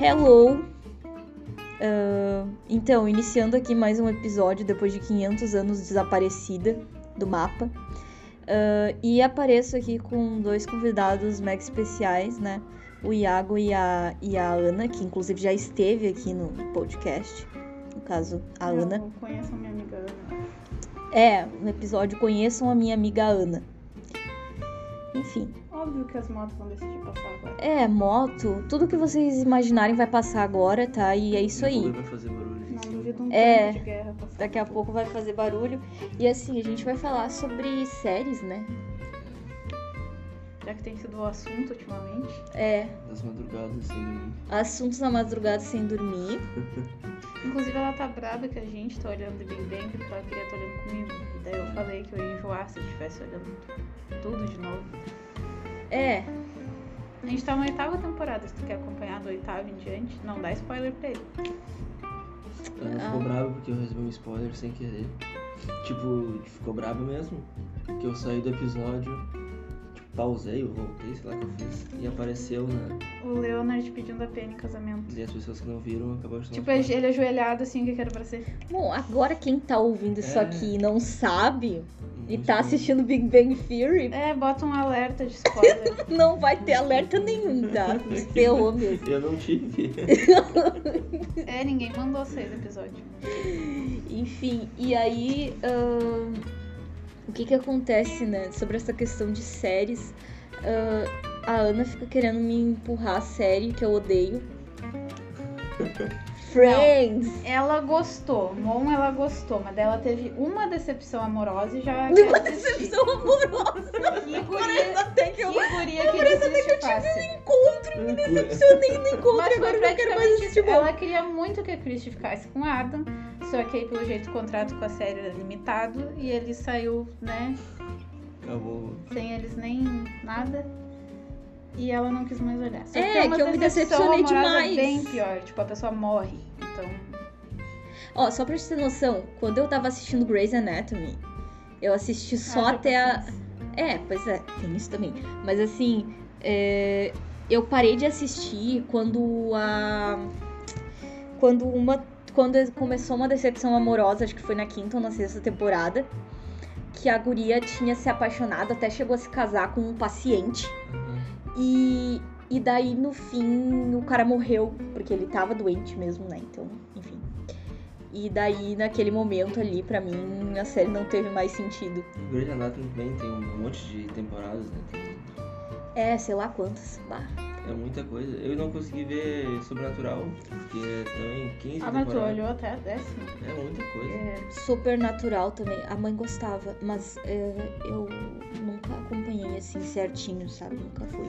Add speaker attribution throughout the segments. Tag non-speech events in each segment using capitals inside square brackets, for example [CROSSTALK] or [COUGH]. Speaker 1: Hello! Uh, então, iniciando aqui mais um episódio depois de 500 anos desaparecida do mapa. Uh, e apareço aqui com dois convidados mega especiais, né? O Iago e a, e a Ana, que inclusive já esteve aqui no podcast. No caso, a
Speaker 2: Eu
Speaker 1: Ana.
Speaker 2: conheço a minha amiga Ana.
Speaker 1: É, no episódio Conheçam a Minha Amiga Ana. Enfim.
Speaker 2: Óbvio que as motos vão decidir passar agora.
Speaker 1: É, moto, tudo que vocês imaginarem vai passar agora, tá? E é isso aí.
Speaker 3: Vai fazer barulho.
Speaker 2: Não duvido um
Speaker 1: É.
Speaker 2: tanto de guerra passar.
Speaker 1: Daqui a pouco vai fazer barulho. E assim, a gente vai falar sobre séries, né?
Speaker 2: Já que tem sido o assunto ultimamente.
Speaker 1: É,
Speaker 3: Nas madrugadas, assim, dormindo.
Speaker 1: assuntos na madrugada sem dormir.
Speaker 2: Inclusive ela tá brava que a gente tá olhando Big Bang porque ela queria estar olhando comigo. E daí eu falei que eu ia enjoar se eu estivesse olhando tu- tudo de novo.
Speaker 1: É,
Speaker 2: A gente tá na oitava temporada, se tu quer acompanhar da oitava em diante, não dá spoiler pra ele.
Speaker 3: Então Ela
Speaker 1: Ah.
Speaker 3: ficou brava porque eu recebi um spoiler sem querer. Tipo, ficou brava mesmo. Que eu saí do episódio, tipo, pausei, eu voltei, sei lá o que eu fiz. E apareceu, né?
Speaker 2: O Leonard pedindo a Penny em casamento.
Speaker 3: E as pessoas que não viram acabaram de
Speaker 2: Tipo, ele ajoelhado assim, o que que era pra ser?
Speaker 1: bom, agora quem tá ouvindo isso
Speaker 3: É.
Speaker 1: aqui e não sabe
Speaker 3: um
Speaker 1: e tá assistindo Big Bang Theory, [LAUGHS]
Speaker 2: É, bota um alerta de spoiler.
Speaker 1: não vai ter alerta nenhum, tá? Ferrou mesmo.
Speaker 3: Eu não tive. [LAUGHS]
Speaker 2: é, ninguém mandou seis episódios.
Speaker 1: Enfim, e aí ahn, o que que acontece, né, sobre essa questão de séries? Ahn, a Ana fica querendo me empurrar a série que eu odeio. Friends!
Speaker 2: Ela gostou, Mon ela gostou, mas daí ela teve uma decepção amorosa e já.
Speaker 1: Uma
Speaker 2: quer desistir.
Speaker 1: decepção amorosa! Parece
Speaker 2: Que guria,
Speaker 1: até que
Speaker 2: que
Speaker 1: eu
Speaker 2: guria que desiste fácil.
Speaker 1: encontro, eu nem no encontro agora
Speaker 2: Mas foi
Speaker 1: eu não quero mais
Speaker 2: praticamente
Speaker 1: assistir
Speaker 2: isso.
Speaker 1: bom.
Speaker 2: Ela queria muito que a Christie ficasse com o Adam, só que aí, pelo jeito, o contrato com a série era limitado e ele saiu, né,
Speaker 3: Acabou.
Speaker 2: sem eles nem nada. E ela não quis mais olhar. Só
Speaker 1: É,
Speaker 2: tem uma
Speaker 1: que eu me
Speaker 2: decepção
Speaker 1: decepcionei
Speaker 2: amorosa
Speaker 1: demais.
Speaker 2: bem pior, tipo, a pessoa morre. Então,
Speaker 1: Ó, só pra você ter noção, quando eu tava assistindo Grey's Anatomy, eu assisti só
Speaker 2: haja
Speaker 1: até a,
Speaker 2: paciência.
Speaker 1: É, pois é, tem isso também. Mas assim, é, eu parei de assistir quando a. Quando uma. Quando começou uma decepção amorosa, acho que foi na quinta ou na sexta temporada, que a guria tinha se apaixonado, até chegou a se casar com um paciente.
Speaker 3: Aham.
Speaker 1: E, e daí, no fim, o cara morreu, porque ele tava doente mesmo, né? Então, enfim. E daí, naquele momento ali, pra mim, a série não teve mais sentido.
Speaker 3: O Grey's Anatomy também tem um monte de temporadas, né? Tem-
Speaker 1: É, sei lá quantas. Bah.
Speaker 3: É muita coisa. Eu não consegui ver Sobrenatural, porque é também 15
Speaker 2: Ah, mas tu
Speaker 3: temporadas.
Speaker 2: olhou até a décima.
Speaker 3: É muita coisa.
Speaker 2: É,
Speaker 1: Supernatural também. A mãe gostava, mas
Speaker 4: eh,
Speaker 1: é, eu nunca acompanhei assim certinho, sabe? Nunca fui.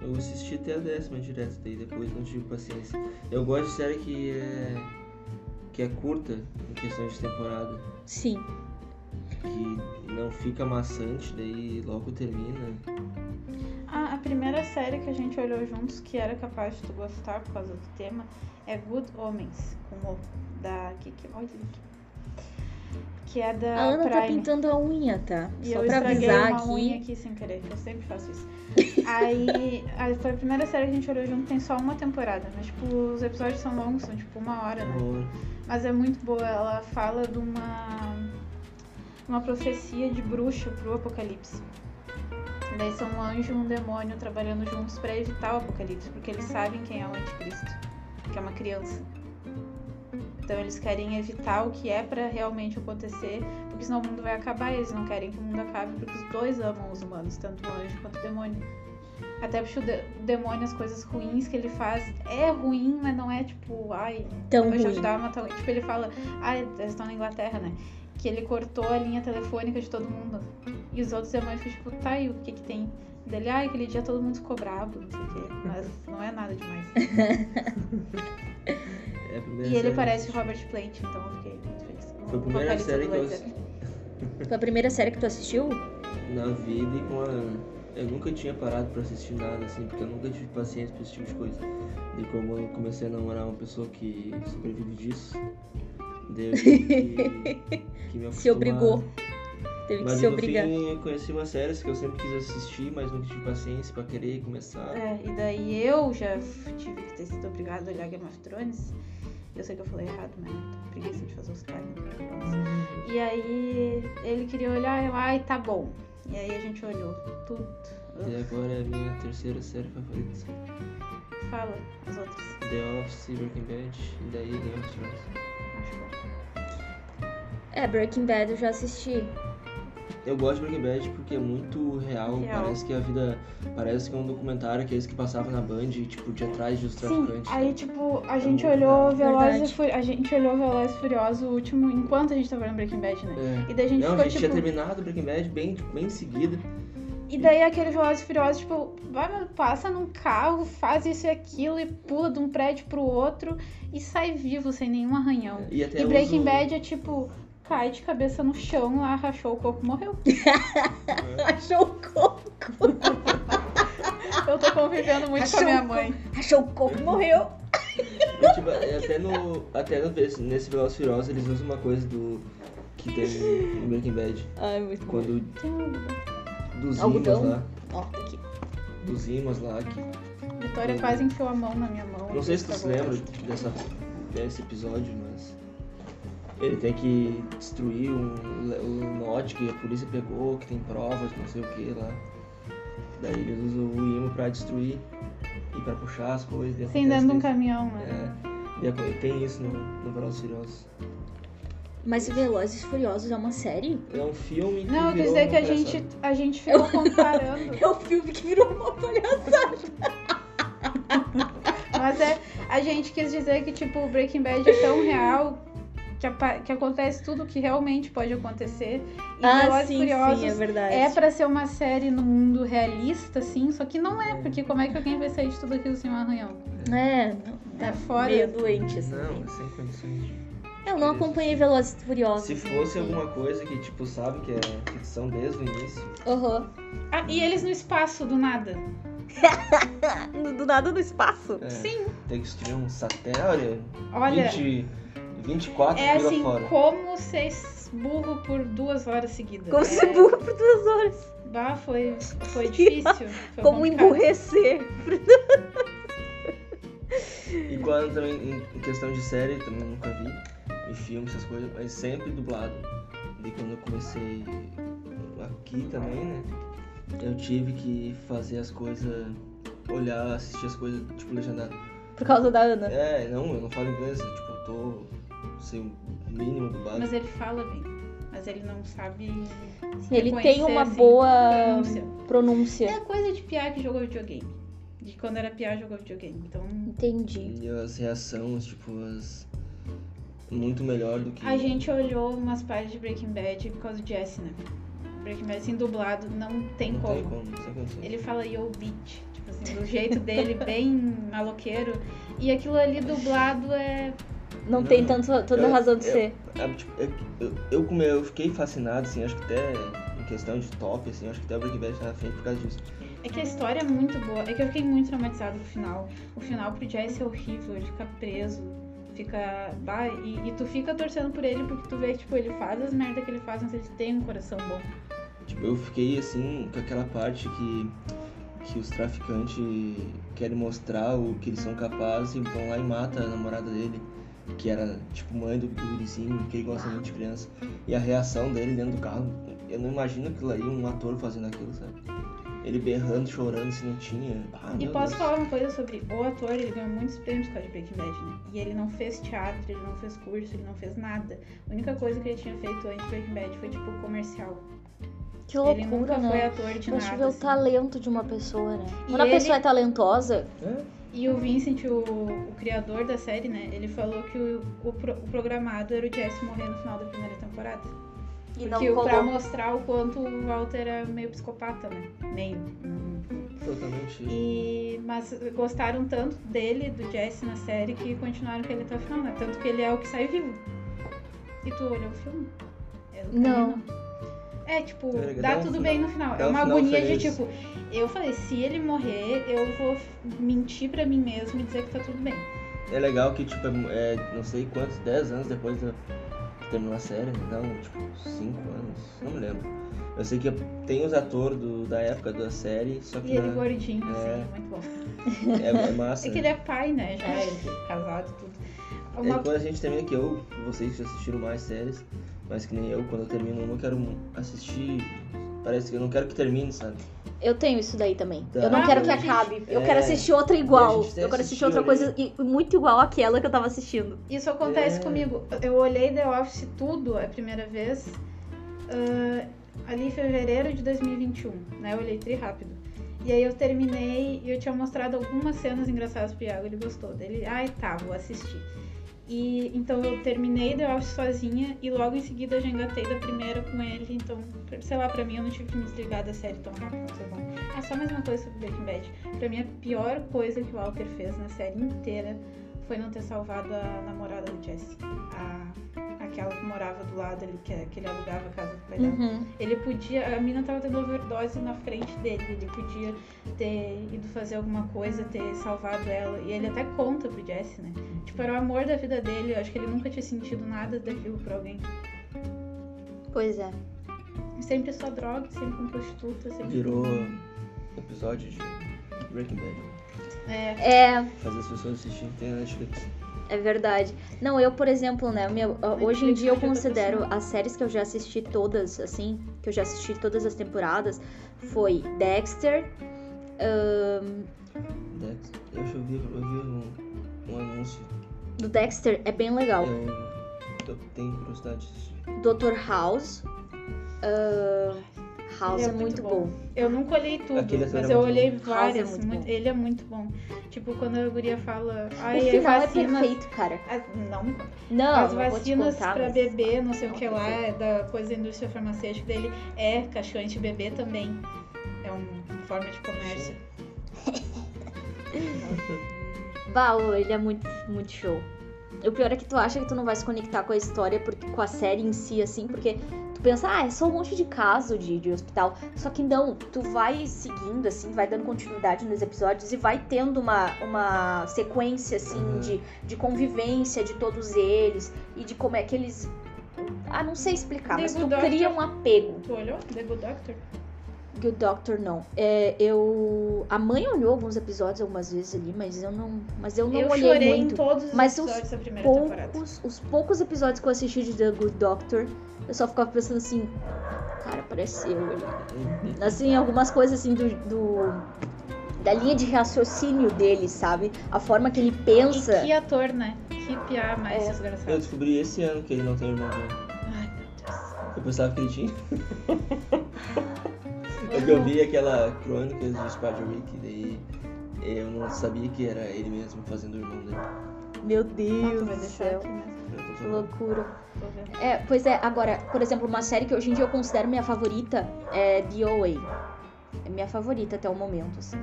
Speaker 3: Eu assisti até a décima direto, daí depois não tive paciência. Eu gosto de série que é. que é curta em questão de temporada.
Speaker 1: Sim.
Speaker 3: Que não fica maçante, daí logo termina.
Speaker 2: A, a primeira série que a gente olhou juntos, que era capaz de tu gostar por causa do tema, é Good Omens, com o da Kiki. Olha aqui. Que é da
Speaker 1: a Ana
Speaker 2: Prime.
Speaker 1: tá pintando a unha, tá?
Speaker 2: E
Speaker 1: Só
Speaker 2: eu
Speaker 1: pra
Speaker 2: estraguei
Speaker 1: avisar
Speaker 2: uma
Speaker 1: aqui.
Speaker 2: unha aqui sem querer, que eu sempre faço isso. [LAUGHS] Aí, aí foi a primeira série que a gente olhou junto, tem só uma temporada, mas tipo, os episódios são longos, são tipo uma hora, né?
Speaker 3: Ou-
Speaker 2: Mas é muito boa, ela fala de uma uma profecia de bruxa pro apocalipse. Daí são um anjo e um demônio trabalhando juntos pra evitar o apocalipse, porque eles sabem quem é o anticristo, que é uma criança. Então eles querem evitar o que é pra realmente acontecer, porque senão o mundo vai acabar, e eles não querem que o mundo acabe, porque os dois amam os humanos, tanto o anjo quanto o demônio. Até porque o de- o demônio, as coisas ruins que ele faz, é ruim, mas não é tipo, ai,
Speaker 1: Tão
Speaker 2: Vai te
Speaker 1: ruim.
Speaker 2: ajudar a matar. Tipo, ele fala. Ah, eles estão na Inglaterra, né? Que ele cortou a linha telefônica de todo mundo. E os outros irmãos ficam tipo, tá, e o que que tem? Dele, ah, aquele dia todo mundo ficou brabo, não sei o quê. Mas não é nada demais.
Speaker 3: É a primeira
Speaker 2: e ele
Speaker 3: série-
Speaker 2: parece o Robert Plant, então eu fiquei muito feliz.
Speaker 3: Foi a primeira
Speaker 2: Vocalista
Speaker 3: série
Speaker 2: do
Speaker 3: que eu
Speaker 2: Led Zeppelin.
Speaker 1: Foi a primeira série que tu assistiu?
Speaker 3: na vida e com a Ana. Eu nunca tinha parado pra assistir nada assim, porque eu nunca tive paciência pra esse tipo de coisa. E como eu comecei a namorar uma pessoa que
Speaker 2: [LAUGHS]
Speaker 3: sobrevive disso, daí eu tive que, que me
Speaker 1: Se
Speaker 3: acostumar-
Speaker 1: obrigou.
Speaker 4: Teve que
Speaker 3: Mas
Speaker 4: se
Speaker 3: no
Speaker 4: obrigar.
Speaker 3: fim eu conheci umas séries que eu sempre quis assistir, mas nunca tive paciência pra querer começar.
Speaker 2: É, e daí eu já tive que ter sido obrigada a olhar Game of Thrones. Eu sei que eu falei errado, mas eu tô preguiça de fazer os caras. né?
Speaker 3: Uhum.
Speaker 2: E aí ele queria olhar, eu, ai, tá bom. E aí a gente olhou tudo.
Speaker 3: E agora é a minha terceira série favorita.
Speaker 2: Fala as outras.
Speaker 3: The Office, Breaking Bad, e daí Game of Thrones.
Speaker 2: Acho bom.
Speaker 4: É, Breaking Bad eu já assisti. [LAUGHS]
Speaker 3: Eu gosto de Breaking Bad porque é muito real,
Speaker 2: Real.
Speaker 3: parece que a vida. Parece que é um documentário que é esse que passava na Band, tipo, de atrás dos
Speaker 2: Sim,
Speaker 3: traficantes.
Speaker 2: aí tipo, a
Speaker 3: É
Speaker 2: gente
Speaker 3: muito
Speaker 2: olhou
Speaker 3: legal.
Speaker 2: Veloz
Speaker 4: Verdade.
Speaker 2: e Furioso. A gente olhou Veloz e Furioso o último enquanto a gente tava vendo Breaking Bad, né?
Speaker 3: É.
Speaker 2: E daí a gente
Speaker 3: Não, a
Speaker 2: ficou
Speaker 3: gente tinha
Speaker 2: tipo.
Speaker 3: terminado Breaking Bad bem, tipo, bem em seguida.
Speaker 2: E daí aquele Veloz e Furioso, tipo, vai, meu, passa num carro, faz isso e aquilo, e pula de um prédio pro outro e sai vivo sem nenhum arranhão.
Speaker 3: E até
Speaker 2: E Breaking
Speaker 3: uso-
Speaker 2: Bad é tipo, cai de cabeça no chão, lá rachou o corpo, morreu.
Speaker 4: Achou o coco. [LAUGHS]
Speaker 2: Eu tô convivendo muito com a
Speaker 4: Rachou
Speaker 2: minha
Speaker 4: o
Speaker 2: mãe.
Speaker 4: Achou o coco, morreu.
Speaker 3: E, tipo, é até no. Até no, nesse Veloz Furioso eles usam uma coisa do. que tem no Breaking Bad.
Speaker 4: Ai, muito bom.
Speaker 3: Quando.
Speaker 2: Tem um-
Speaker 3: Dos
Speaker 4: Algodão.
Speaker 3: ímãs lá.
Speaker 4: Ó, tá aqui.
Speaker 3: Dos ímãs lá que
Speaker 2: Vitória quase enfiou a mão na minha mão.
Speaker 3: Não sei se tu se
Speaker 2: Acabou.
Speaker 3: lembra dessa, desse episódio, mas. Ele tem que destruir um, le- um lote que a polícia pegou, que tem provas, não sei o que lá. Daí eles usam o imã pra destruir e pra puxar as coisas. e
Speaker 2: Sem
Speaker 3: acontece
Speaker 2: dentro de um
Speaker 3: isso.
Speaker 2: caminhão, né?
Speaker 3: É, e aco- tem isso no, no Velozes e Furiosos.
Speaker 4: Mas Velozes e Furiosos é uma série? [LAUGHS]
Speaker 3: É um filme que
Speaker 2: Não, eu quis
Speaker 3: virou
Speaker 2: dizer
Speaker 3: uma
Speaker 2: que a
Speaker 3: peça.
Speaker 2: gente, a gente ficou comparando.
Speaker 4: É o filme que virou uma palhaçada.
Speaker 2: Mas é, a gente quis dizer que, tipo, o Breaking Bad é tão real que, apa- que acontece tudo o que realmente pode acontecer. E Ah, Velozes e Furiosos
Speaker 4: Ah, sim, é verdade.
Speaker 2: é pra ser uma série no mundo realista, sim, só que não é, porque como é que alguém vai sair de tudo aquilo sem um arranhão?
Speaker 4: É, não,
Speaker 2: Tá fora.
Speaker 4: meio doente, assim.
Speaker 3: Não, é sem condições.
Speaker 4: Eu não acompanhei Velozes e Furiosos.
Speaker 3: Se fosse
Speaker 4: assim.
Speaker 3: alguma coisa que, tipo, sabe que é ficção desde o início,
Speaker 4: Aham.
Speaker 2: Ah, e eles no espaço, do nada.
Speaker 4: Do nada no espaço.
Speaker 3: é,
Speaker 2: Sim,
Speaker 3: tem que destruir um satélite,
Speaker 2: olha,
Speaker 3: 20, 24
Speaker 2: é
Speaker 3: pila
Speaker 2: assim,
Speaker 3: fora.
Speaker 2: como ser burro por duas horas seguidas.
Speaker 4: Como
Speaker 2: é,
Speaker 4: se burra por duas horas.
Speaker 2: Bah, foi,
Speaker 4: [LAUGHS]
Speaker 2: foi difícil. Foi
Speaker 4: Como
Speaker 2: complicado.
Speaker 4: emburrecer.
Speaker 3: E quando também, em em questão de série, também nunca vi, e filme, essas coisas, mas sempre dublado. E quando eu comecei aqui também, né, eu tive que fazer as coisas, olhar, assistir as coisas, tipo, legendado.
Speaker 4: Por causa da Ana.
Speaker 3: É, não, eu não falo inglês, eu, tipo, eu tô sem o mínimo do básico.
Speaker 2: Mas é ele fala bem. Mas ele não sabe.
Speaker 4: Ele
Speaker 2: reconhecer,
Speaker 4: tem uma
Speaker 2: assim,
Speaker 4: boa
Speaker 2: pronúncia.
Speaker 4: pronúncia.
Speaker 2: É coisa de piá que jogou videogame. De quando era piá jogou videogame. Então.
Speaker 4: Entendi.
Speaker 3: E as reações, tipo, as... muito melhor do que...
Speaker 2: A gente olhou umas partes de Breaking Bad por causa de Jesse, né? Breaking Bad assim, dublado, não tem
Speaker 3: não
Speaker 2: como.
Speaker 3: tem como, não tem condições.
Speaker 2: Ele fala yo bitch, tipo assim, do jeito [LAUGHS] dele, bem maloqueiro. E aquilo ali dublado é.
Speaker 4: Não,
Speaker 3: Não,
Speaker 4: tem
Speaker 3: não.
Speaker 4: tanto, tanta
Speaker 3: Eu-
Speaker 4: razão de
Speaker 3: eu-
Speaker 4: ser.
Speaker 3: É, tipo, eu, eu, eu, como eu fiquei fascinado, assim, acho que até em questão de top, assim, acho que até o Breaking Bad tá na frente por causa disso.
Speaker 2: É que a história é muito boa. É que eu fiquei muito traumatizada no final. O final pro Jesse é horrível, ele fica preso. Fica. Bah, e, e tu fica torcendo por ele porque tu vê que tipo, ele faz as merdas que ele faz, mas ele tem um coração bom.
Speaker 3: Tipo, eu fiquei, assim, com aquela parte que, que os traficantes querem mostrar o que eles são capazes e vão lá e mata a namorada dele, que era, tipo, mãe do do gurizinho, que ele gosta muito de criança. E a reação dele dentro do carro, eu não imagino aquilo aí, um ator fazendo aquilo, sabe? Ele berrando, chorando, se não tinha. Ah,
Speaker 2: E
Speaker 3: meu
Speaker 2: posso
Speaker 3: Deus.
Speaker 2: falar uma coisa sobre o ator, ele ganhou muitos prêmios com a de Breaking Bad, né? E ele não fez teatro, ele não fez curso, ele não fez nada. A única coisa que ele tinha feito antes de Breaking Bad foi tipo comercial.
Speaker 4: Que
Speaker 2: ele nunca
Speaker 4: loucura,
Speaker 2: foi
Speaker 4: né?
Speaker 2: ator de
Speaker 4: Mas
Speaker 2: nada.
Speaker 4: tu vê o
Speaker 2: assim.
Speaker 4: talento de uma pessoa, né?
Speaker 2: E
Speaker 4: Quando a
Speaker 2: ele-
Speaker 4: pessoa é talentosa,
Speaker 3: É,
Speaker 2: E o Vincent, o, o criador da série, né? Ele falou que o, o pro- o programado era o Jesse morrer no final da primeira temporada.
Speaker 4: e não
Speaker 2: Porque o- pra
Speaker 4: rolou.
Speaker 2: mostrar o quanto o Walter é meio psicopata, né? Meio.
Speaker 3: totalmente.
Speaker 2: E, mas gostaram tanto dele, do Jesse na série, que continuaram com ele até o final, né? Tanto que ele é o que sai vivo. E tu olhou o filme? É do
Speaker 4: Não.
Speaker 2: Camino. É, tipo,
Speaker 3: Cara, dá
Speaker 2: dá
Speaker 3: um
Speaker 2: tudo
Speaker 3: final-
Speaker 2: bem no final.
Speaker 3: dá
Speaker 2: É
Speaker 3: um
Speaker 2: uma
Speaker 3: final
Speaker 2: agonia
Speaker 3: feliz.
Speaker 2: de tipo, eu falei, se ele morrer, eu vou f- mentir pra mim mesmo e dizer que tá tudo bem.
Speaker 3: É legal que, tipo, é, é, não sei quantos, 10 anos depois da, que terminou a série, então, tipo, 5 anos, não me lembro. Eu sei que tem os atores do- da época da série, só que
Speaker 2: E ele
Speaker 3: na-
Speaker 2: gordinho,
Speaker 3: É.
Speaker 2: assim, é muito bom.
Speaker 3: é, é
Speaker 2: [LAUGHS]
Speaker 3: massa.
Speaker 2: É que ele é pai, né? Já é casado e tudo.
Speaker 3: É,
Speaker 2: Uma...
Speaker 3: quando a gente termina, que eu, vocês que já assistiram mais séries, mas que nem eu, quando eu termino uma, eu quero assistir. Parece que eu não quero que termine, sabe?
Speaker 1: Eu tenho isso daí também.
Speaker 3: Tá.
Speaker 1: Eu não
Speaker 2: Ah,
Speaker 1: quero que
Speaker 2: a gente-
Speaker 1: acabe. Eu
Speaker 3: é.
Speaker 1: quero assistir outra
Speaker 3: A
Speaker 1: igual.
Speaker 3: gente
Speaker 1: Eu quero assistir
Speaker 3: assistiu
Speaker 1: outra coisa
Speaker 3: ali.
Speaker 1: i- muito igual àquela que eu tava assistindo.
Speaker 2: Isso acontece
Speaker 3: É.
Speaker 2: comigo. Eu olhei The Office tudo a primeira vez ah, ali em fevereiro de 2021, né? Eu olhei tri rápido. E aí eu terminei e eu tinha mostrado algumas cenas engraçadas pro Iago, ele gostou dele. Ai, tá, vou assistir. E então eu terminei The Office sozinha e logo em seguida eu já engatei da primeira com ele. Então, sei lá, pra mim eu não tive que me desligar da série tão rápido, sei lá. Ah, só mais uma coisa sobre Breaking Bad. Pra mim a pior coisa que o Walter fez na série inteira foi não ter salvado a namorada do Jesse. A, aquela que morava do lado ali, que, que ele alugava a casa do pai dela.
Speaker 4: Uhum.
Speaker 2: Ele podia. A mina tava tendo overdose na frente dele. Ele podia ter ido fazer alguma coisa, ter salvado ela. E ele até conta pro Jesse, né? Tipo, era o amor da vida dele. Eu acho que ele nunca tinha sentido nada daquilo pra alguém.
Speaker 1: Pois é.
Speaker 2: Sempre só droga, sempre com prostituta, sempre.
Speaker 3: Virou episódio de Breaking Bad.
Speaker 2: É.
Speaker 1: É,
Speaker 3: Fazer as pessoas assistirem tem na Netflix.
Speaker 1: é verdade. Não, eu, por exemplo, né, meu, ó, hoje em
Speaker 2: Netflix
Speaker 1: dia eu
Speaker 2: já tá
Speaker 1: considero as séries que eu já assisti todas, assim, que eu já assisti todas as temporadas, foi Dexter, ahn,
Speaker 3: Dex. Eu acho que eu vi, eu vi um, um anúncio.
Speaker 1: do Dexter é bem legal,
Speaker 3: É, Eu, eu tenho curiosidade de assistir.
Speaker 1: Dr. House, ahn, House
Speaker 2: Ele
Speaker 1: é, muito bom.
Speaker 2: Eu nunca olhei tudo,
Speaker 3: Aquele ator
Speaker 2: mas
Speaker 3: é
Speaker 2: eu
Speaker 3: muito
Speaker 2: olhei
Speaker 1: bom.
Speaker 2: várias.
Speaker 1: House é muito
Speaker 2: muito-
Speaker 1: bom.
Speaker 2: Ele é muito bom. Tipo, quando a guria fala.
Speaker 1: o
Speaker 2: Ai,
Speaker 1: final
Speaker 2: vacina.
Speaker 1: é perfeito, cara.
Speaker 2: As- Não me
Speaker 1: Não,
Speaker 2: As
Speaker 1: não vou te
Speaker 2: vacinas
Speaker 1: contar,
Speaker 2: pra
Speaker 1: mas-
Speaker 2: bebê, não sei o
Speaker 1: Não,
Speaker 2: que lá, é
Speaker 1: perfeito.
Speaker 2: da coisa da indústria farmacêutica dele, é cachorro de bebê também. É uma forma de comércio.
Speaker 1: Baú, ele é muito, muito show. O pior é que tu acha que tu não vai se conectar com a história, porque, com a série em si, assim, porque tu pensa, ah, é só um monte de caso de, de hospital. Só que não, tu vai seguindo, assim, vai dando continuidade nos episódios e vai tendo uma, uma sequência, assim,
Speaker 3: Uhum.
Speaker 1: de, de convivência de todos eles e de como é que eles. Ah, não sei explicar,
Speaker 2: The
Speaker 1: mas tu
Speaker 2: Good
Speaker 1: cria um
Speaker 2: Doctor.
Speaker 1: apego.
Speaker 2: Tu olhou? The Good Doctor?
Speaker 1: Good Doctor não. É, eu. A mãe olhou alguns episódios algumas vezes ali, mas eu não. Mas eu não
Speaker 2: eu
Speaker 1: olhei
Speaker 2: chorei
Speaker 1: muito
Speaker 2: em todos os
Speaker 1: mas os
Speaker 2: episódios da primeira temporada.
Speaker 1: poucos, os poucos episódios que eu assisti de The Good Doctor, eu só ficava pensando assim, cara, parece eu. ele." Assim, algumas coisas assim do, do- da linha de raciocínio dele, sabe? A forma que ele pensa.
Speaker 2: E que ator, né? Que piá mais
Speaker 1: É.
Speaker 3: Eu
Speaker 2: desgraçado.
Speaker 3: descobri esse ano que ele não tem irmão gêmeo.
Speaker 2: Ai, meu Deus.
Speaker 3: Eu pensava que ele
Speaker 1: [LAUGHS]
Speaker 3: tinha. É que eu vi aquela Crônicas de Spider-Week, daí é, eu não sabia que era ele mesmo fazendo o irmão dele.
Speaker 1: Meu
Speaker 2: Ah, tu
Speaker 1: Deus
Speaker 2: vai
Speaker 1: do
Speaker 2: deixar
Speaker 1: céu.
Speaker 2: aqui mesmo.
Speaker 3: Eu tô
Speaker 1: Que
Speaker 3: falando.
Speaker 1: loucura.
Speaker 2: Tô vendo.
Speaker 1: É, pois é, agora, por exemplo, uma série que hoje em dia eu considero minha favorita é The OA. É minha favorita até o momento, assim.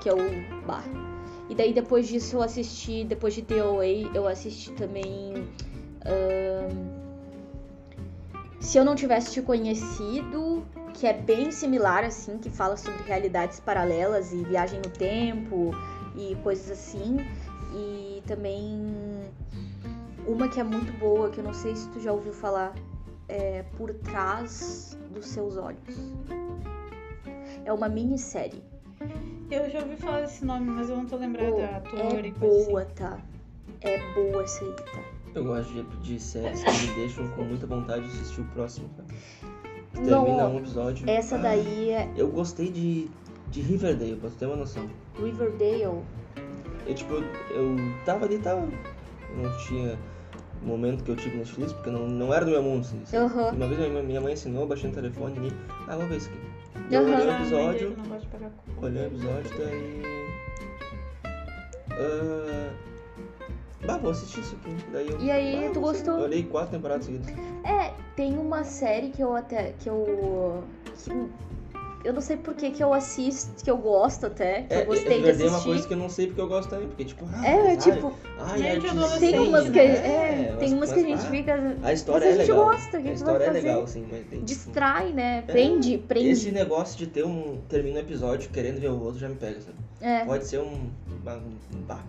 Speaker 1: Que é o Bar. E daí depois disso eu assisti, depois de The OA, eu assisti também. ahn, Se eu não tivesse te conhecido, que é bem similar, assim, que fala sobre realidades paralelas e viagem no tempo e coisas assim. E também uma que é muito boa, que eu não sei se tu já ouviu falar, é Por Trás dos Seus Olhos. É uma minissérie.
Speaker 2: Eu já ouvi falar desse nome, mas eu não tô lembrada
Speaker 1: Pô,
Speaker 2: da ator
Speaker 1: é
Speaker 2: e coisa assim.
Speaker 1: boa, tá? É boa essa aí, tá?
Speaker 3: Eu gosto de, de séries que me deixam com muita vontade de assistir o próximo. cara. Termina um
Speaker 1: Não,
Speaker 3: episódio.
Speaker 1: essa
Speaker 3: ah,
Speaker 1: daí é
Speaker 3: Eu gostei de, de Riverdale, pra tu ter uma noção.
Speaker 1: Riverdale.
Speaker 3: Eu, tipo, eu tava ali, tava. Eu não tinha o momento que eu tive Netflix, porque não, não era do meu mundo. Assim, sabe?
Speaker 1: Aham.
Speaker 3: Uma vez minha, minha mãe ensinou, eu baixei no telefone ali. Ah, vamos ver isso aqui. Eu
Speaker 1: Aham.
Speaker 3: olhei o
Speaker 2: Ah, mãe dele
Speaker 3: episódio,
Speaker 2: não gosta de pagar conta.
Speaker 3: olhei o episódio, tá? daí. Ah, bah, vou assistir isso aqui. Daí eu,
Speaker 1: E aí,
Speaker 3: ah,
Speaker 1: tu
Speaker 3: vou assistir.
Speaker 1: gostou?
Speaker 3: Eu olhei quatro temporadas seguidas.
Speaker 1: É, tem uma série que eu até. que eu. que- eu não sei por que que eu assisto, que eu gosto até, que eu gostei de
Speaker 3: Riverdale é uma coisa
Speaker 1: assistir.
Speaker 3: que eu não sei porque eu gosto também, porque tipo, ah,
Speaker 1: É,
Speaker 3: ai,
Speaker 1: tipo,
Speaker 3: ai,
Speaker 2: Gente,
Speaker 3: é de
Speaker 2: adolescente,
Speaker 1: tem
Speaker 3: seis,
Speaker 1: umas que,
Speaker 3: né?
Speaker 1: é, tem umas que a gente
Speaker 3: ah,
Speaker 1: fica.
Speaker 3: A história
Speaker 1: Mas
Speaker 3: é
Speaker 1: a gente
Speaker 3: legal.
Speaker 1: gosta, o que que
Speaker 3: a
Speaker 1: tu vai
Speaker 3: história é
Speaker 1: fazer?
Speaker 3: legal, assim, mas tem. tipo,
Speaker 1: Distrai, né?
Speaker 2: É.
Speaker 1: Prende, prende.
Speaker 3: Esse negócio de ter um. Termina um episódio querendo ver o outro já me pega, sabe?
Speaker 1: É.
Speaker 3: Pode ser um. uma- um bah,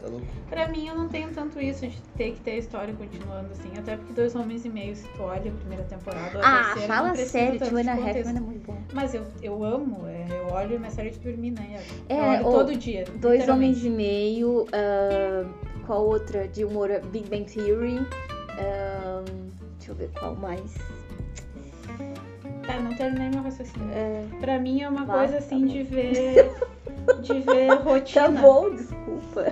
Speaker 3: Tá louco?
Speaker 2: Pra mim, eu não tenho tanto isso de ter que ter a história continuando, assim. Até porque Dois Homens e Meio, se tu olha a primeira temporada, a
Speaker 1: Ah,
Speaker 2: terceira, não
Speaker 1: fala
Speaker 2: precisa
Speaker 1: sério,
Speaker 2: tanto
Speaker 1: Two and a
Speaker 2: de
Speaker 1: Half
Speaker 2: contexto.
Speaker 1: Men é muito bom.
Speaker 2: Mas eu, eu amo, é, eu olho minha série de dormir, né? Eu
Speaker 1: É,
Speaker 2: olho
Speaker 1: ou
Speaker 2: todo dia.
Speaker 1: Dois
Speaker 2: literalmente.
Speaker 1: Homens e Meio, ah, qual outra de humor? Big Bang Theory. ah, deixa eu ver qual mais.
Speaker 2: Tá, não terminei meu raciocínio.
Speaker 1: É.
Speaker 2: Pra mim é uma
Speaker 1: Tá,
Speaker 2: coisa
Speaker 1: tá bom.
Speaker 2: assim
Speaker 1: [LAUGHS]
Speaker 2: de ver. de ver rotina.
Speaker 1: Tá bom,
Speaker 2: [LAUGHS]
Speaker 1: desculpa.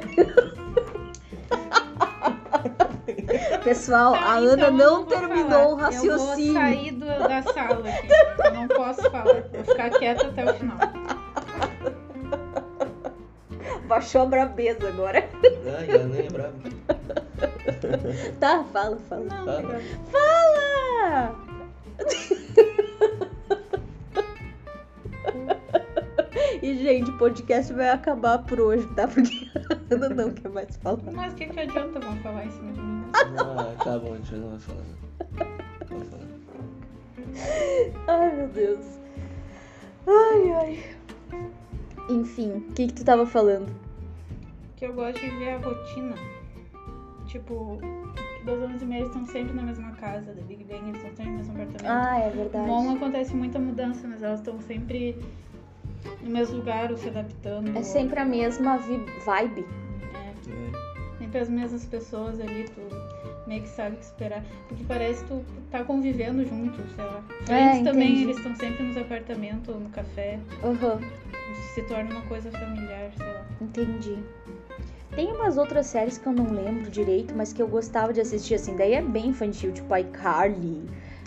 Speaker 1: Pessoal,
Speaker 2: Tá,
Speaker 1: a
Speaker 2: então
Speaker 1: Ana
Speaker 2: eu
Speaker 1: não
Speaker 2: vou
Speaker 1: terminou o
Speaker 2: falar. Eu vou
Speaker 1: raciocínio.
Speaker 2: sair do- da sala aqui. Eu não posso falar. Vou ficar quieta até o final.
Speaker 3: Tá.
Speaker 1: Baixou a brabeza agora.
Speaker 3: Ai, ela nem é brava.
Speaker 1: Tá, fala, fala.
Speaker 2: Não,
Speaker 3: Tá.
Speaker 2: tá.
Speaker 1: Ah, [LAUGHS] E, gente, o podcast vai acabar por hoje, tá? Porque [LAUGHS] a Ana não quer mais falar.
Speaker 2: Mas o que, que adianta vão falar né, em cima de mim?
Speaker 3: Ah, tá bom, a gente não vai falar. Não vai falar.
Speaker 1: Ai, meu Deus. Ai, ai. Enfim, o que que tu tava falando?
Speaker 2: que eu gosto de ver a rotina. Tipo, dois anos e meio eles estão sempre na mesma casa, da Big Bang eles estão sempre no mesmo apartamento.
Speaker 1: Ah, é
Speaker 2: No
Speaker 1: verdade.
Speaker 2: Mom acontece muita mudança, mas elas estão sempre no mesmo lugar ou se adaptando.
Speaker 1: É
Speaker 2: ou-
Speaker 1: sempre a mesma vi- vibe.
Speaker 3: É.
Speaker 2: Sempre as mesmas pessoas ali, tu meio que sabe o que esperar. Porque parece que tu tá convivendo junto, sei lá.
Speaker 1: É,
Speaker 2: Eles também,
Speaker 1: entendi.
Speaker 2: eles estão sempre nos apartamentos ou no café.
Speaker 1: Aham.
Speaker 2: Isso se torna uma coisa familiar, sei lá.
Speaker 1: Entendi. Tem umas outras séries que eu não lembro direito, mas que eu gostava de assistir, assim. Daí é bem infantil, tipo iCarly,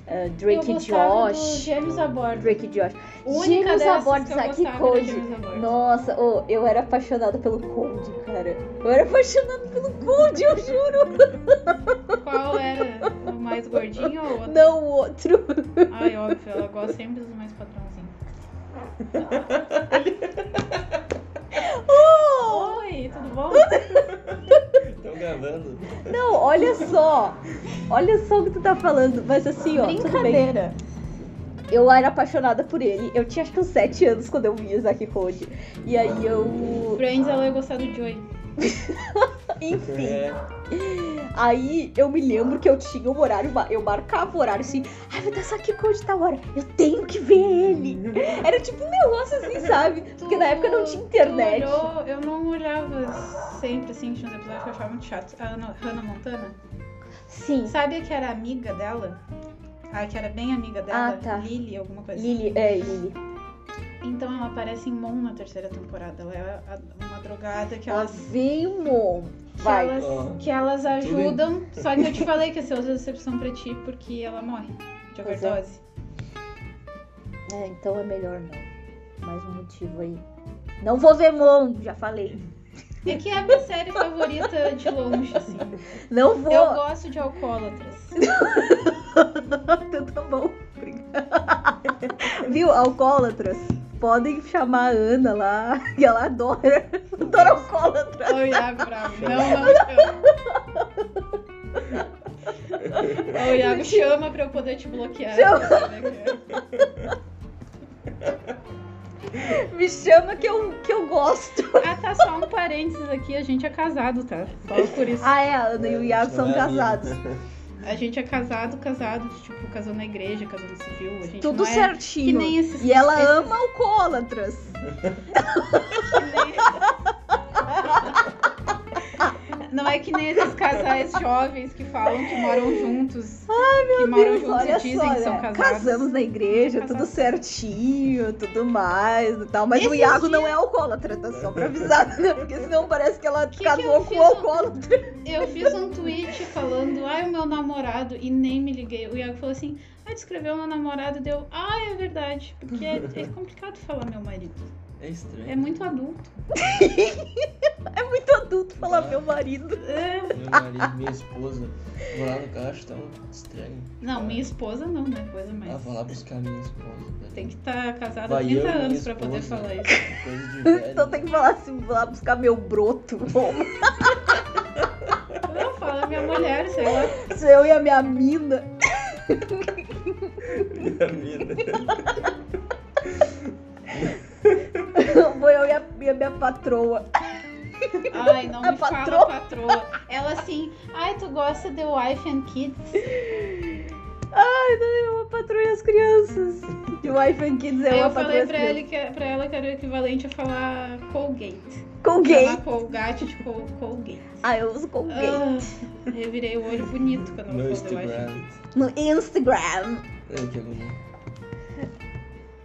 Speaker 1: eh, Drake
Speaker 2: eu
Speaker 1: e
Speaker 2: gostava
Speaker 1: Josh.
Speaker 2: Do Gêmeos a bordo.
Speaker 1: Drake e Josh.
Speaker 2: Única
Speaker 1: Gêmeos a
Speaker 2: dessas
Speaker 1: bordo,
Speaker 2: que eu
Speaker 1: sabe que
Speaker 2: gostava era
Speaker 1: coisa?
Speaker 2: Gêmeos a bordo.
Speaker 1: Nossa, ô, eu era apaixonada pelo Conde, cara. Eu era apaixonada pelo Conde, eu juro.
Speaker 2: Qual era o mais gordinho ou o outro?
Speaker 1: Não, o outro.
Speaker 2: Ai, óbvio, ela gosta sempre dos mais padrãozinhos. Oi, tudo bom?
Speaker 3: Estão É, gravando.
Speaker 1: Não, olha só. Olha só o que tu tá falando. Mas assim, ó, tudo bem.
Speaker 2: Brincadeira.
Speaker 1: Eu era apaixonada por ele. Eu tinha acho que uns 7 anos quando eu vi o Zack Code. E aí eu.
Speaker 2: Friends, ela ia gostar do Joey.
Speaker 1: Enfim.
Speaker 3: É,
Speaker 1: Aí eu me lembro que eu tinha um horário, ma- eu marcava o horário assim, ai, vai dar Zack Code tal hora. Eu tenho que ver ele. [LAUGHS] Era tipo um negócio assim, sabe? Porque na época não tinha
Speaker 2: Tu- tu
Speaker 1: internet.
Speaker 2: olhou- eu não olhava sempre assim, tinha uns episódios que eu achava muito chato. A Ana- Hannah Montana.
Speaker 1: Sim.
Speaker 2: Sabe a que era amiga dela? A que era bem amiga dela?
Speaker 1: Ah, tá.
Speaker 2: Lily, alguma coisa assim.
Speaker 1: Lily, é, Lily.
Speaker 2: Então ela aparece em Mon na terceira temporada. Ela é a- uma drogada que
Speaker 1: Ela
Speaker 2: ela
Speaker 1: veio, Mom.
Speaker 2: Que
Speaker 1: Vai.
Speaker 2: elas,
Speaker 3: Ó.
Speaker 2: que elas ajudam. Só que eu te falei que ia ser outra decepção pra ti, porque ela morre de
Speaker 1: Pois é.
Speaker 2: overdose.
Speaker 1: É, então é melhor não. Mais um motivo aí. Não vou ver Mom, já falei.
Speaker 2: É. que é a minha série favorita de longe, assim.
Speaker 1: Não vou. [LAUGHS]
Speaker 2: Eu gosto de alcoólatras.
Speaker 1: Então tá bom. Viu? Alcoólatras. Podem chamar a Ana lá, [LAUGHS] que ela adora. Adora alcoólatra.
Speaker 2: Olha, bravo. Não, não chama. Ô, Iago, chama pra eu poder te bloquear.
Speaker 1: Me chama que eu, que eu gosto.
Speaker 2: Ah, tá só um parênteses aqui. A gente é casado, tá? Só por isso.
Speaker 1: Ah, é, a Ana e o Iago são
Speaker 3: não é amigo.
Speaker 1: casados.
Speaker 2: A gente é casado, casado. Tipo, casou na igreja, casou no civil. A gente
Speaker 1: Tudo
Speaker 2: não é Que
Speaker 1: certinho.
Speaker 2: nem esses
Speaker 1: E ela
Speaker 2: esses
Speaker 1: ama alcoólatras.
Speaker 2: Não é que nem esses casais jovens que falam que moram juntos. que
Speaker 1: Meu
Speaker 2: moram
Speaker 1: Deus,
Speaker 2: juntos
Speaker 1: olha
Speaker 2: e dizem
Speaker 1: só,
Speaker 2: que são
Speaker 1: né?
Speaker 2: casados.
Speaker 1: Casamos na igreja, tudo
Speaker 2: Casados.
Speaker 1: certinho, tudo mais e tal. Mas o
Speaker 2: Esses
Speaker 1: Iago
Speaker 2: dias-
Speaker 1: não é alcoólatra, tá só pra avisar, né? Porque senão parece que ela
Speaker 2: que eu
Speaker 1: casou com
Speaker 2: fiz
Speaker 1: o alcoólatra.
Speaker 2: Eu fiz um tweet falando, ai, o meu namorado, e nem me liguei. O Iago falou assim, ai, descreveu meu namorado, deu, ai, é verdade. Porque é, é complicado falar meu marido.
Speaker 3: é
Speaker 2: É
Speaker 3: estranho.
Speaker 2: muito adulto.
Speaker 1: Muito adulto
Speaker 3: Ah.
Speaker 1: falar meu marido.
Speaker 2: É.
Speaker 3: Meu marido, minha esposa, vou lá no caixa, tá um- estranho.
Speaker 2: Não, minha esposa não, né? Coisa mais.
Speaker 3: Ah, vou lá buscar minha esposa. né?
Speaker 2: Tem que estar casado há
Speaker 3: Vai
Speaker 2: 30
Speaker 3: eu e minha
Speaker 2: anos pra poder
Speaker 3: esposa. né?
Speaker 2: falar isso.
Speaker 3: Coisa
Speaker 2: [LAUGHS]
Speaker 3: de velho.
Speaker 1: Então
Speaker 3: [LAUGHS]
Speaker 1: tem que falar assim, vou lá buscar meu broto.
Speaker 2: Não, fala minha mulher, sei lá.
Speaker 1: Se eu e a minha mina.
Speaker 3: Minha mina.
Speaker 1: Vou eu e a, e a minha patroa.
Speaker 2: Ai,
Speaker 1: [LAUGHS]
Speaker 2: não
Speaker 1: A
Speaker 2: me fala patroa. Ela assim, ai, tu gosta de Wife and Kids?
Speaker 1: Ai, daí eu patrulho as crianças. E o iPhone Kids é
Speaker 2: Aí
Speaker 1: uma
Speaker 2: eu falei
Speaker 1: patrulha
Speaker 2: pra, ele que, pra ela que era o equivalente a falar Colgate.
Speaker 1: Com gay.
Speaker 2: Falar Colgate de Col Colgate.
Speaker 1: Ah, eu uso com gay.
Speaker 2: Ah, eu virei o olho bonito quando
Speaker 3: No
Speaker 2: ela falou The Wife and
Speaker 3: Instagram.
Speaker 2: Kids.
Speaker 1: No Instagram,
Speaker 3: Ai, É,
Speaker 2: [LAUGHS]
Speaker 3: que agonia.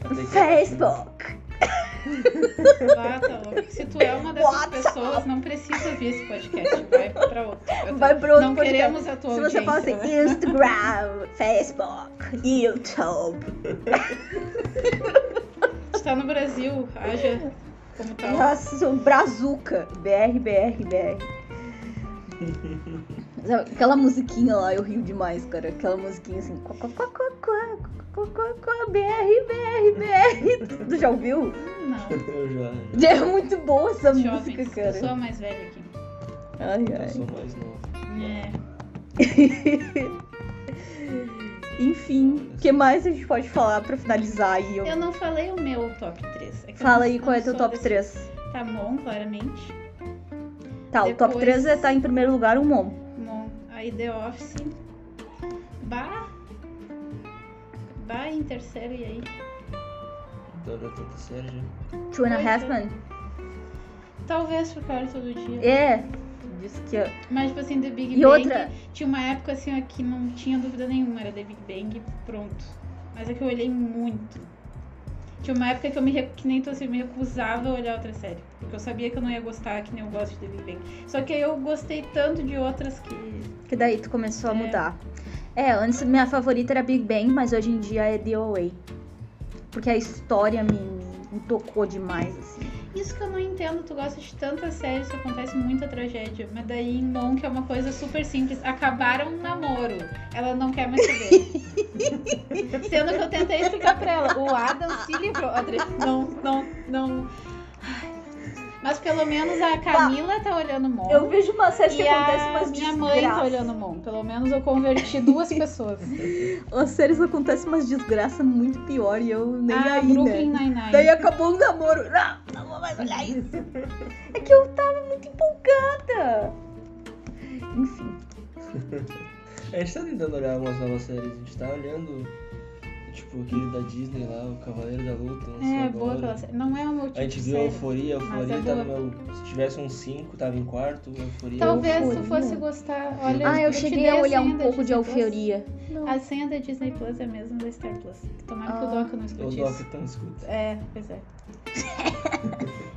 Speaker 3: Até que- é
Speaker 1: Facebook.
Speaker 2: Ah, tá louco. Se tu é uma dessas
Speaker 1: WhatsApp.
Speaker 2: pessoas, não precisa ouvir esse podcast. Vai pra outro.
Speaker 1: [LAUGHS]
Speaker 2: Eu
Speaker 1: Vai
Speaker 2: tô-
Speaker 1: pra outro
Speaker 2: Não
Speaker 1: podcast.
Speaker 2: queremos a tua
Speaker 1: Se
Speaker 2: audiência.
Speaker 1: você fala assim, Instagram, Facebook, YouTube.
Speaker 2: Está Tá no Brasil, haja como tá tal.
Speaker 1: Nossa, sou um brazuca. BR, BR, BR. Sabe, Aquela musiquinha lá, eu rio demais, cara. Aquela musiquinha assim. quá, quá, quá, quá, quá, quá, quá, quá, BR, BR, BR. [LAUGHS] Tu já ouviu?
Speaker 2: Não,
Speaker 3: Eu já,
Speaker 1: É muito boa essa
Speaker 2: jovens,
Speaker 1: música, cara.
Speaker 2: eu sou a mais velha aqui.
Speaker 1: Ai,
Speaker 3: já. Eu
Speaker 1: ai.
Speaker 3: sou mais novo.
Speaker 2: É,
Speaker 1: Enfim, o que mais a gente pode falar pra finalizar aí? Eu...
Speaker 2: eu não falei o meu top 3.
Speaker 1: Fala aí qual é teu top 3.
Speaker 2: Tá bom, claramente.
Speaker 1: Tá, o top
Speaker 2: Depois-
Speaker 1: 3 é tá em primeiro lugar o Mom.
Speaker 2: Bom, aí The Office. Bah. Bah em terceiro e aí.
Speaker 3: Adoro tanta série já.
Speaker 1: Two and a
Speaker 2: Pois
Speaker 1: Half
Speaker 2: é.
Speaker 1: Men.
Speaker 2: Talvez por causa todo dia.
Speaker 1: É. Diz que... é.
Speaker 2: Mas, tipo assim, The Big
Speaker 1: E
Speaker 2: Bang.
Speaker 1: outra...
Speaker 2: Tinha uma época assim ó, que não tinha dúvida nenhuma, era The Big Bang, pronto. Mas é que eu olhei muito. Tinha uma época que eu me, recu- que nem tu, assim, eu me recusava a olhar outra série. Porque eu sabia que eu não ia gostar, que nem eu gosto de The Big Bang. Só que aí eu gostei tanto de outras que.
Speaker 1: Que daí tu começou a
Speaker 2: É.
Speaker 1: mudar. É, antes minha favorita era Big Bang, mas hoje em dia é The OA. Porque a história me, me- me tocou demais, assim.
Speaker 2: Isso que eu não entendo, tu gosta de tantas séries que acontece muita tragédia. Mas daí em Mon, que é uma coisa super simples, acabaram um namoro. Ela não quer mais
Speaker 1: [LAUGHS]
Speaker 2: saber. Sendo que eu tentei explicar pra ela. O Adam se livrou. A tre- Não, não, não. Ai, Mas pelo menos a Camila tá olhando Mon.
Speaker 1: Eu vejo uma série que
Speaker 2: E
Speaker 1: acontece
Speaker 2: a
Speaker 1: umas
Speaker 2: minha
Speaker 1: desgraças.
Speaker 2: mãe tá olhando Mon. Pelo menos eu converti
Speaker 1: [LAUGHS]
Speaker 2: duas pessoas.
Speaker 1: As séries acontecem umas desgraças muito pior e eu nem
Speaker 2: a
Speaker 1: aí,
Speaker 2: Ah, Brooklyn
Speaker 1: né?
Speaker 2: Nine-Nine.
Speaker 1: Daí acabou o namoro. Não, não vou mais olhar isso. É que eu tava muito empolgada. Enfim.
Speaker 3: A gente tá tentando olhar algumas novas séries, a gente tá olhando, tipo, aquele da Disney lá, o Cavaleiro da Luta, lançou
Speaker 2: É,
Speaker 3: agora.
Speaker 2: boa aquela série. Não é o meu tipo
Speaker 3: né? A gente
Speaker 2: de
Speaker 3: viu
Speaker 2: série.
Speaker 3: Euforia, Euforia
Speaker 2: é
Speaker 3: tá no
Speaker 2: boa.
Speaker 3: meu... Se tivesse um 5, tava em quarto, Euforia...
Speaker 2: Talvez
Speaker 1: Euforia.
Speaker 2: tu fosse gostar. Olha,
Speaker 3: Ah,
Speaker 5: Ah,
Speaker 3: eu
Speaker 5: eu
Speaker 2: te
Speaker 5: cheguei
Speaker 2: dei assim,
Speaker 5: a olhar
Speaker 2: senha
Speaker 5: um
Speaker 2: da
Speaker 5: pouco de
Speaker 2: Disney Plus.
Speaker 5: alfioria.
Speaker 2: A senha da Disney Plus é a mesma da Star Plus. Tomara que o
Speaker 1: Ah.
Speaker 2: Doc não
Speaker 3: Eu
Speaker 2: escute
Speaker 3: dou
Speaker 2: isso.
Speaker 3: que tão escuta.
Speaker 2: É, pois é.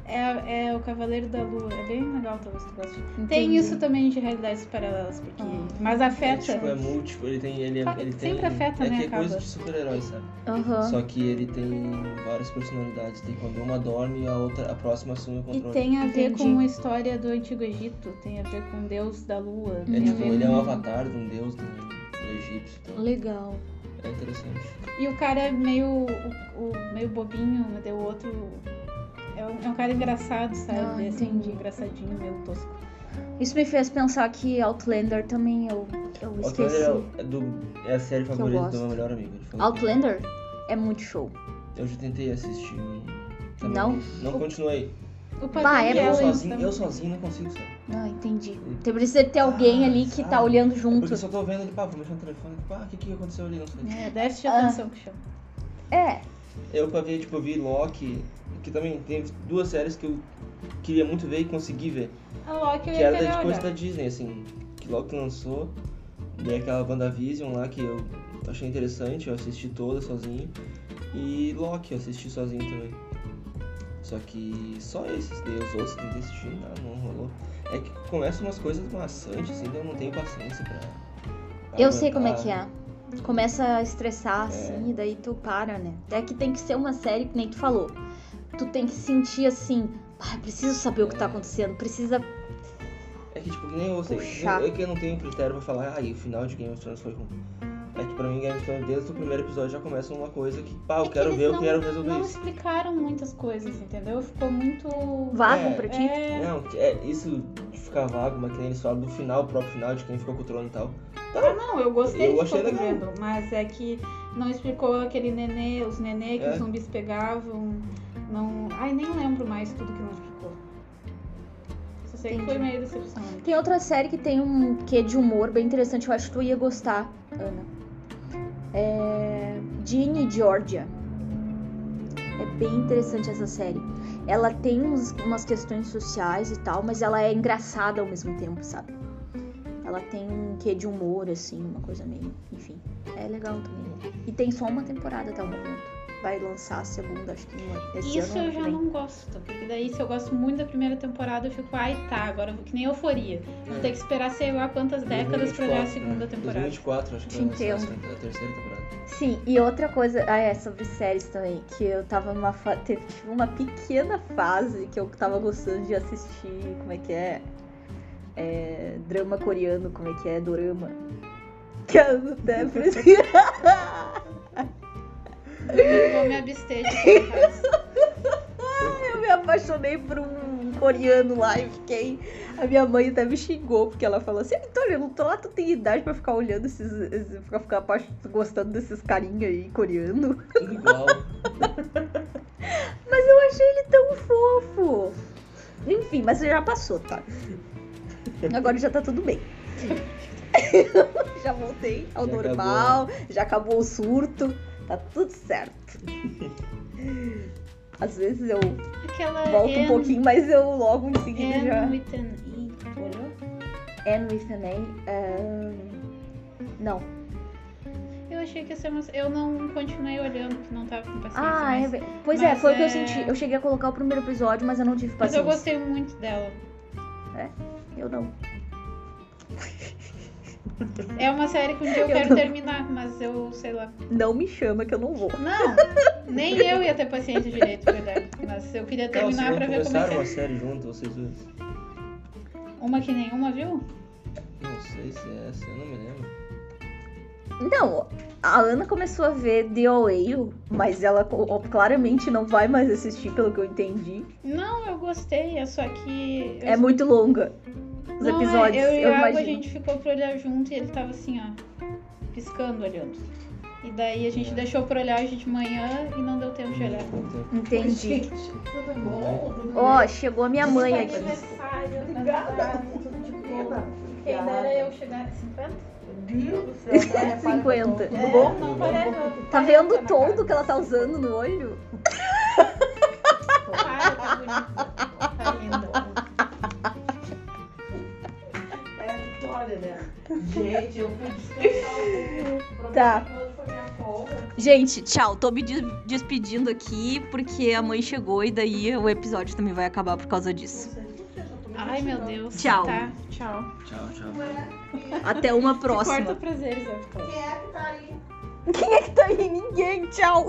Speaker 2: é. é o Cavaleiro da Lua. É bem legal, talvez tu goste. Tem
Speaker 1: Entendi.
Speaker 2: isso também de realidades paralelas, porque...
Speaker 5: Ah.
Speaker 2: Mas
Speaker 3: É,
Speaker 2: afeta.
Speaker 3: tipo, é múltiplo, ele tem... Ele,
Speaker 2: Ah,
Speaker 3: ele tem
Speaker 2: sempre afeta,
Speaker 3: é
Speaker 2: né,
Speaker 3: que é coisa
Speaker 2: acaba.
Speaker 3: de super-herói, sabe?
Speaker 1: Aham.
Speaker 3: Só que ele tem várias personalidades. Tem quando uma dorme, a outra, a próxima assume o
Speaker 2: E
Speaker 3: controle.
Speaker 2: tem a ver
Speaker 1: Entendi.
Speaker 2: com a história do Antigo Egito. Tem a ver com o Deus da Lua.
Speaker 3: É,
Speaker 2: tem a
Speaker 3: tipo,
Speaker 1: Uhum.
Speaker 2: ver
Speaker 3: ele é
Speaker 2: com-
Speaker 3: um avatar de um deus do, do egípcio. Então
Speaker 1: Legal.
Speaker 3: é interessante.
Speaker 2: E o cara é meio, o, o- meio bobinho, mas daí o outro. É um, é um cara engraçado, sabe?
Speaker 1: Ah,
Speaker 2: Assim,
Speaker 1: entendi.
Speaker 2: engraçadinho, meio tosco.
Speaker 1: Isso me fez pensar que Outlander também eu, eu esqueci.
Speaker 3: Outlander é, o- é do- é a série favorita do
Speaker 1: gosto.
Speaker 3: meu melhor amigo. ele falou que-
Speaker 1: Outlander é muito show.
Speaker 3: Eu já tentei assistir. também
Speaker 1: Não?
Speaker 3: Não continuei.
Speaker 2: O
Speaker 1: Bah, é
Speaker 2: Patrick
Speaker 3: eu,
Speaker 1: bom.
Speaker 2: Ellen
Speaker 3: sozinho,
Speaker 2: também.
Speaker 3: eu sozinho não consigo, sabe?
Speaker 1: Ah, entendi. Tem precisa ter alguém ali que tá
Speaker 3: Hum. Ah,
Speaker 1: olhando
Speaker 3: Porque
Speaker 1: junto.
Speaker 3: eu só tô vendo ele, pá, vou mexer no telefone, pá, o que, que aconteceu ali, não sei.
Speaker 2: É, déficit de
Speaker 1: Ah.
Speaker 2: atenção que chama.
Speaker 3: Ah,
Speaker 1: É.
Speaker 3: Eu pra ver, tipo, eu vi Loki, que também tem duas séries que eu queria muito ver e consegui ver.
Speaker 2: A Loki eu
Speaker 3: Que
Speaker 2: ia
Speaker 3: era
Speaker 2: querer
Speaker 3: da, coisa
Speaker 2: olhar.
Speaker 3: da Disney, assim, que logo que lançou. E aquela WandaVision lá que eu achei interessante, eu assisti toda sozinho. E Loki eu assisti sozinho também. Só que só esses, daí os outros que tentei assistir, não, não rolou. É que começa umas coisas maçantes, assim, então eu não tenho paciência pra. pra
Speaker 1: Eu sei como é
Speaker 3: aguentar.
Speaker 1: que é. Começa a
Speaker 3: É.
Speaker 1: estressar assim, e daí tu para, né? É que tem que ser uma série que nem tu falou. Tu tem que sentir assim, ah, preciso saber o que tá acontecendo, precisa.
Speaker 3: É que tipo, que nem eu sei.
Speaker 1: Puxar.
Speaker 3: É que eu não tenho critério pra falar, ah, e o final de Game of Thrones foi ruim. É que pra mim Game of Thrones desde o primeiro episódio já começa uma coisa que, pá, eu
Speaker 2: É que
Speaker 3: quero
Speaker 2: eles
Speaker 3: ver, eu
Speaker 2: não-
Speaker 3: quero resolver
Speaker 2: Não
Speaker 3: isso.
Speaker 2: explicaram muitas coisas, entendeu? Ficou muito.
Speaker 1: Vago
Speaker 3: É,
Speaker 1: pra ti.
Speaker 2: É,
Speaker 3: Não, é, isso de ficar vago, mas que nem eles falam do final, o próprio final, de quem ficou com o trono e tal.
Speaker 2: Ah, não, eu gostei
Speaker 3: Eu
Speaker 2: de
Speaker 3: achei
Speaker 2: Fogo
Speaker 3: legal.
Speaker 2: Vendo, mas é que não explicou aquele nenê, os nenê que
Speaker 3: É.
Speaker 2: os zumbis pegavam. Não. Ai, nem lembro mais tudo que não explicou. Só Eu sei que foi meio decepcionante.
Speaker 1: Tem outra série que tem um quê de humor bem interessante, eu acho que tu ia gostar, Ana. É. Ginny Georgia. É bem interessante essa série. Ela tem uns- umas questões sociais e tal, mas ela é engraçada ao mesmo tempo, sabe? Ela tem um quê de humor, assim, uma coisa meio. Enfim, é legal também. E tem só uma temporada até o momento. Vai lançar a segunda, acho que no- esse
Speaker 2: Isso
Speaker 1: ano.
Speaker 2: eu
Speaker 1: ano
Speaker 2: já
Speaker 1: que vem.
Speaker 2: não gosto, porque daí se eu gosto muito da primeira temporada, eu fico, ai tá, agora eu vou que nem euforia.
Speaker 1: É.
Speaker 2: Vou ter que esperar sei lá quantas décadas pra ver a
Speaker 3: 2024,
Speaker 2: segunda
Speaker 3: né?
Speaker 2: temporada.
Speaker 3: 2024, acho que
Speaker 1: Te
Speaker 3: vai lançar a
Speaker 1: entendo.
Speaker 3: segunda- a terceira temporada.
Speaker 1: Sim, e outra coisa, ah, é, sobre séries também, que eu tava numa fa... teve tipo, uma pequena fase que eu tava gostando de assistir, como é que é? É, drama coreano, como é que é? Dorama. [LAUGHS] Que é eu até preciso-
Speaker 2: Eu vou me abster de colocar isso.
Speaker 1: eu me apaixonei por um coreano lá e fiquei. A minha mãe até me xingou, porque ela falou assim: Vitória, eu não tô lá, tu tem idade pra ficar olhando esses. esses pra ficar apaixon- gostando desses carinha aí coreano.
Speaker 3: Tudo igual.
Speaker 1: Mas eu achei ele tão fofo. Enfim, mas já passou, tá? Agora já tá tudo bem. [LAUGHS] já voltei ao
Speaker 3: Já
Speaker 1: normal, já acabou o surto, tá tudo certo. Às vezes eu
Speaker 2: Aquela
Speaker 1: volto
Speaker 2: Anne-
Speaker 1: um pouquinho, mas eu logo em seguida já.
Speaker 2: Anne with an E, tu olhou?
Speaker 1: And with an A. ahn, Não.
Speaker 2: Eu achei que ia ser uma... Eu não continuei olhando, porque não tava com paciência.
Speaker 1: Ah, é
Speaker 2: mas...
Speaker 1: ver- Pois é,
Speaker 2: mas
Speaker 1: foi o que eu
Speaker 2: é-
Speaker 1: senti. Eu cheguei a colocar o primeiro episódio, mas eu não tive
Speaker 2: mas
Speaker 1: paciência.
Speaker 2: eu gostei muito dela.
Speaker 1: Eu não.
Speaker 2: É uma série que um dia eu,
Speaker 1: Eu
Speaker 2: quero
Speaker 1: não-
Speaker 2: terminar, mas eu sei lá.
Speaker 1: Não me chama que eu não vou.
Speaker 2: Não! Nem eu ia ter paciência direito, verdade. Mas eu queria
Speaker 3: Cara, vocês
Speaker 2: [LAUGHS] terminar
Speaker 3: não
Speaker 2: pra ver como é que
Speaker 3: começaram
Speaker 2: é.
Speaker 3: a série junto, vocês duas?
Speaker 2: Uma que nenhuma, viu?
Speaker 3: Não sei se é essa, eu não me lembro.
Speaker 1: Não, a Ana começou a ver The Oeiro, mas ela co- claramente não vai mais assistir, pelo que eu entendi.
Speaker 2: Não, eu gostei, é só que. eu-
Speaker 1: É muito longa. Os
Speaker 2: Não, é,
Speaker 1: episódios,
Speaker 2: eu, e o
Speaker 1: eu
Speaker 2: Iago, a
Speaker 1: imagino.
Speaker 2: gente ficou pra olhar junto e ele tava assim, ó, piscando olhando. E daí a gente deixou pra olhar hoje de manhã e não deu tempo de olhar.
Speaker 3: Quanto tempo?
Speaker 2: [LAUGHS]
Speaker 1: Entendi.
Speaker 6: Tudo bom? Tudo
Speaker 1: Ó, chegou a minha mãe aqui.
Speaker 6: Aniversário, obrigada. Tudo de boa.
Speaker 2: Quem dera eu chegar a 50?
Speaker 6: Deus do céu, tá?
Speaker 1: [LAUGHS]
Speaker 6: Repara que eu
Speaker 1: 50.
Speaker 6: tô- É,
Speaker 3: bom?
Speaker 6: Não, parece, não.
Speaker 1: Tá vendo o todo que ela tá usando no olho?
Speaker 2: Para, tá bonita. Tá linda.
Speaker 6: É a Vitória, né? Gente, eu fui descansar.
Speaker 1: Tá.
Speaker 6: Hoje foi minha folga.
Speaker 4: Gente, tchau. Tô me des- despedindo aqui porque a mãe chegou e daí o episódio também vai acabar por causa disso.
Speaker 2: Ai, meu Deus.
Speaker 4: Tchau.
Speaker 2: Tá, tchau.
Speaker 3: Tchau, tchau.
Speaker 4: Até uma
Speaker 2: Corta
Speaker 4: próxima.
Speaker 2: prazeres, eu
Speaker 6: Quem é que tá aí?
Speaker 1: Quem é que tá aí? Ninguém, tchau.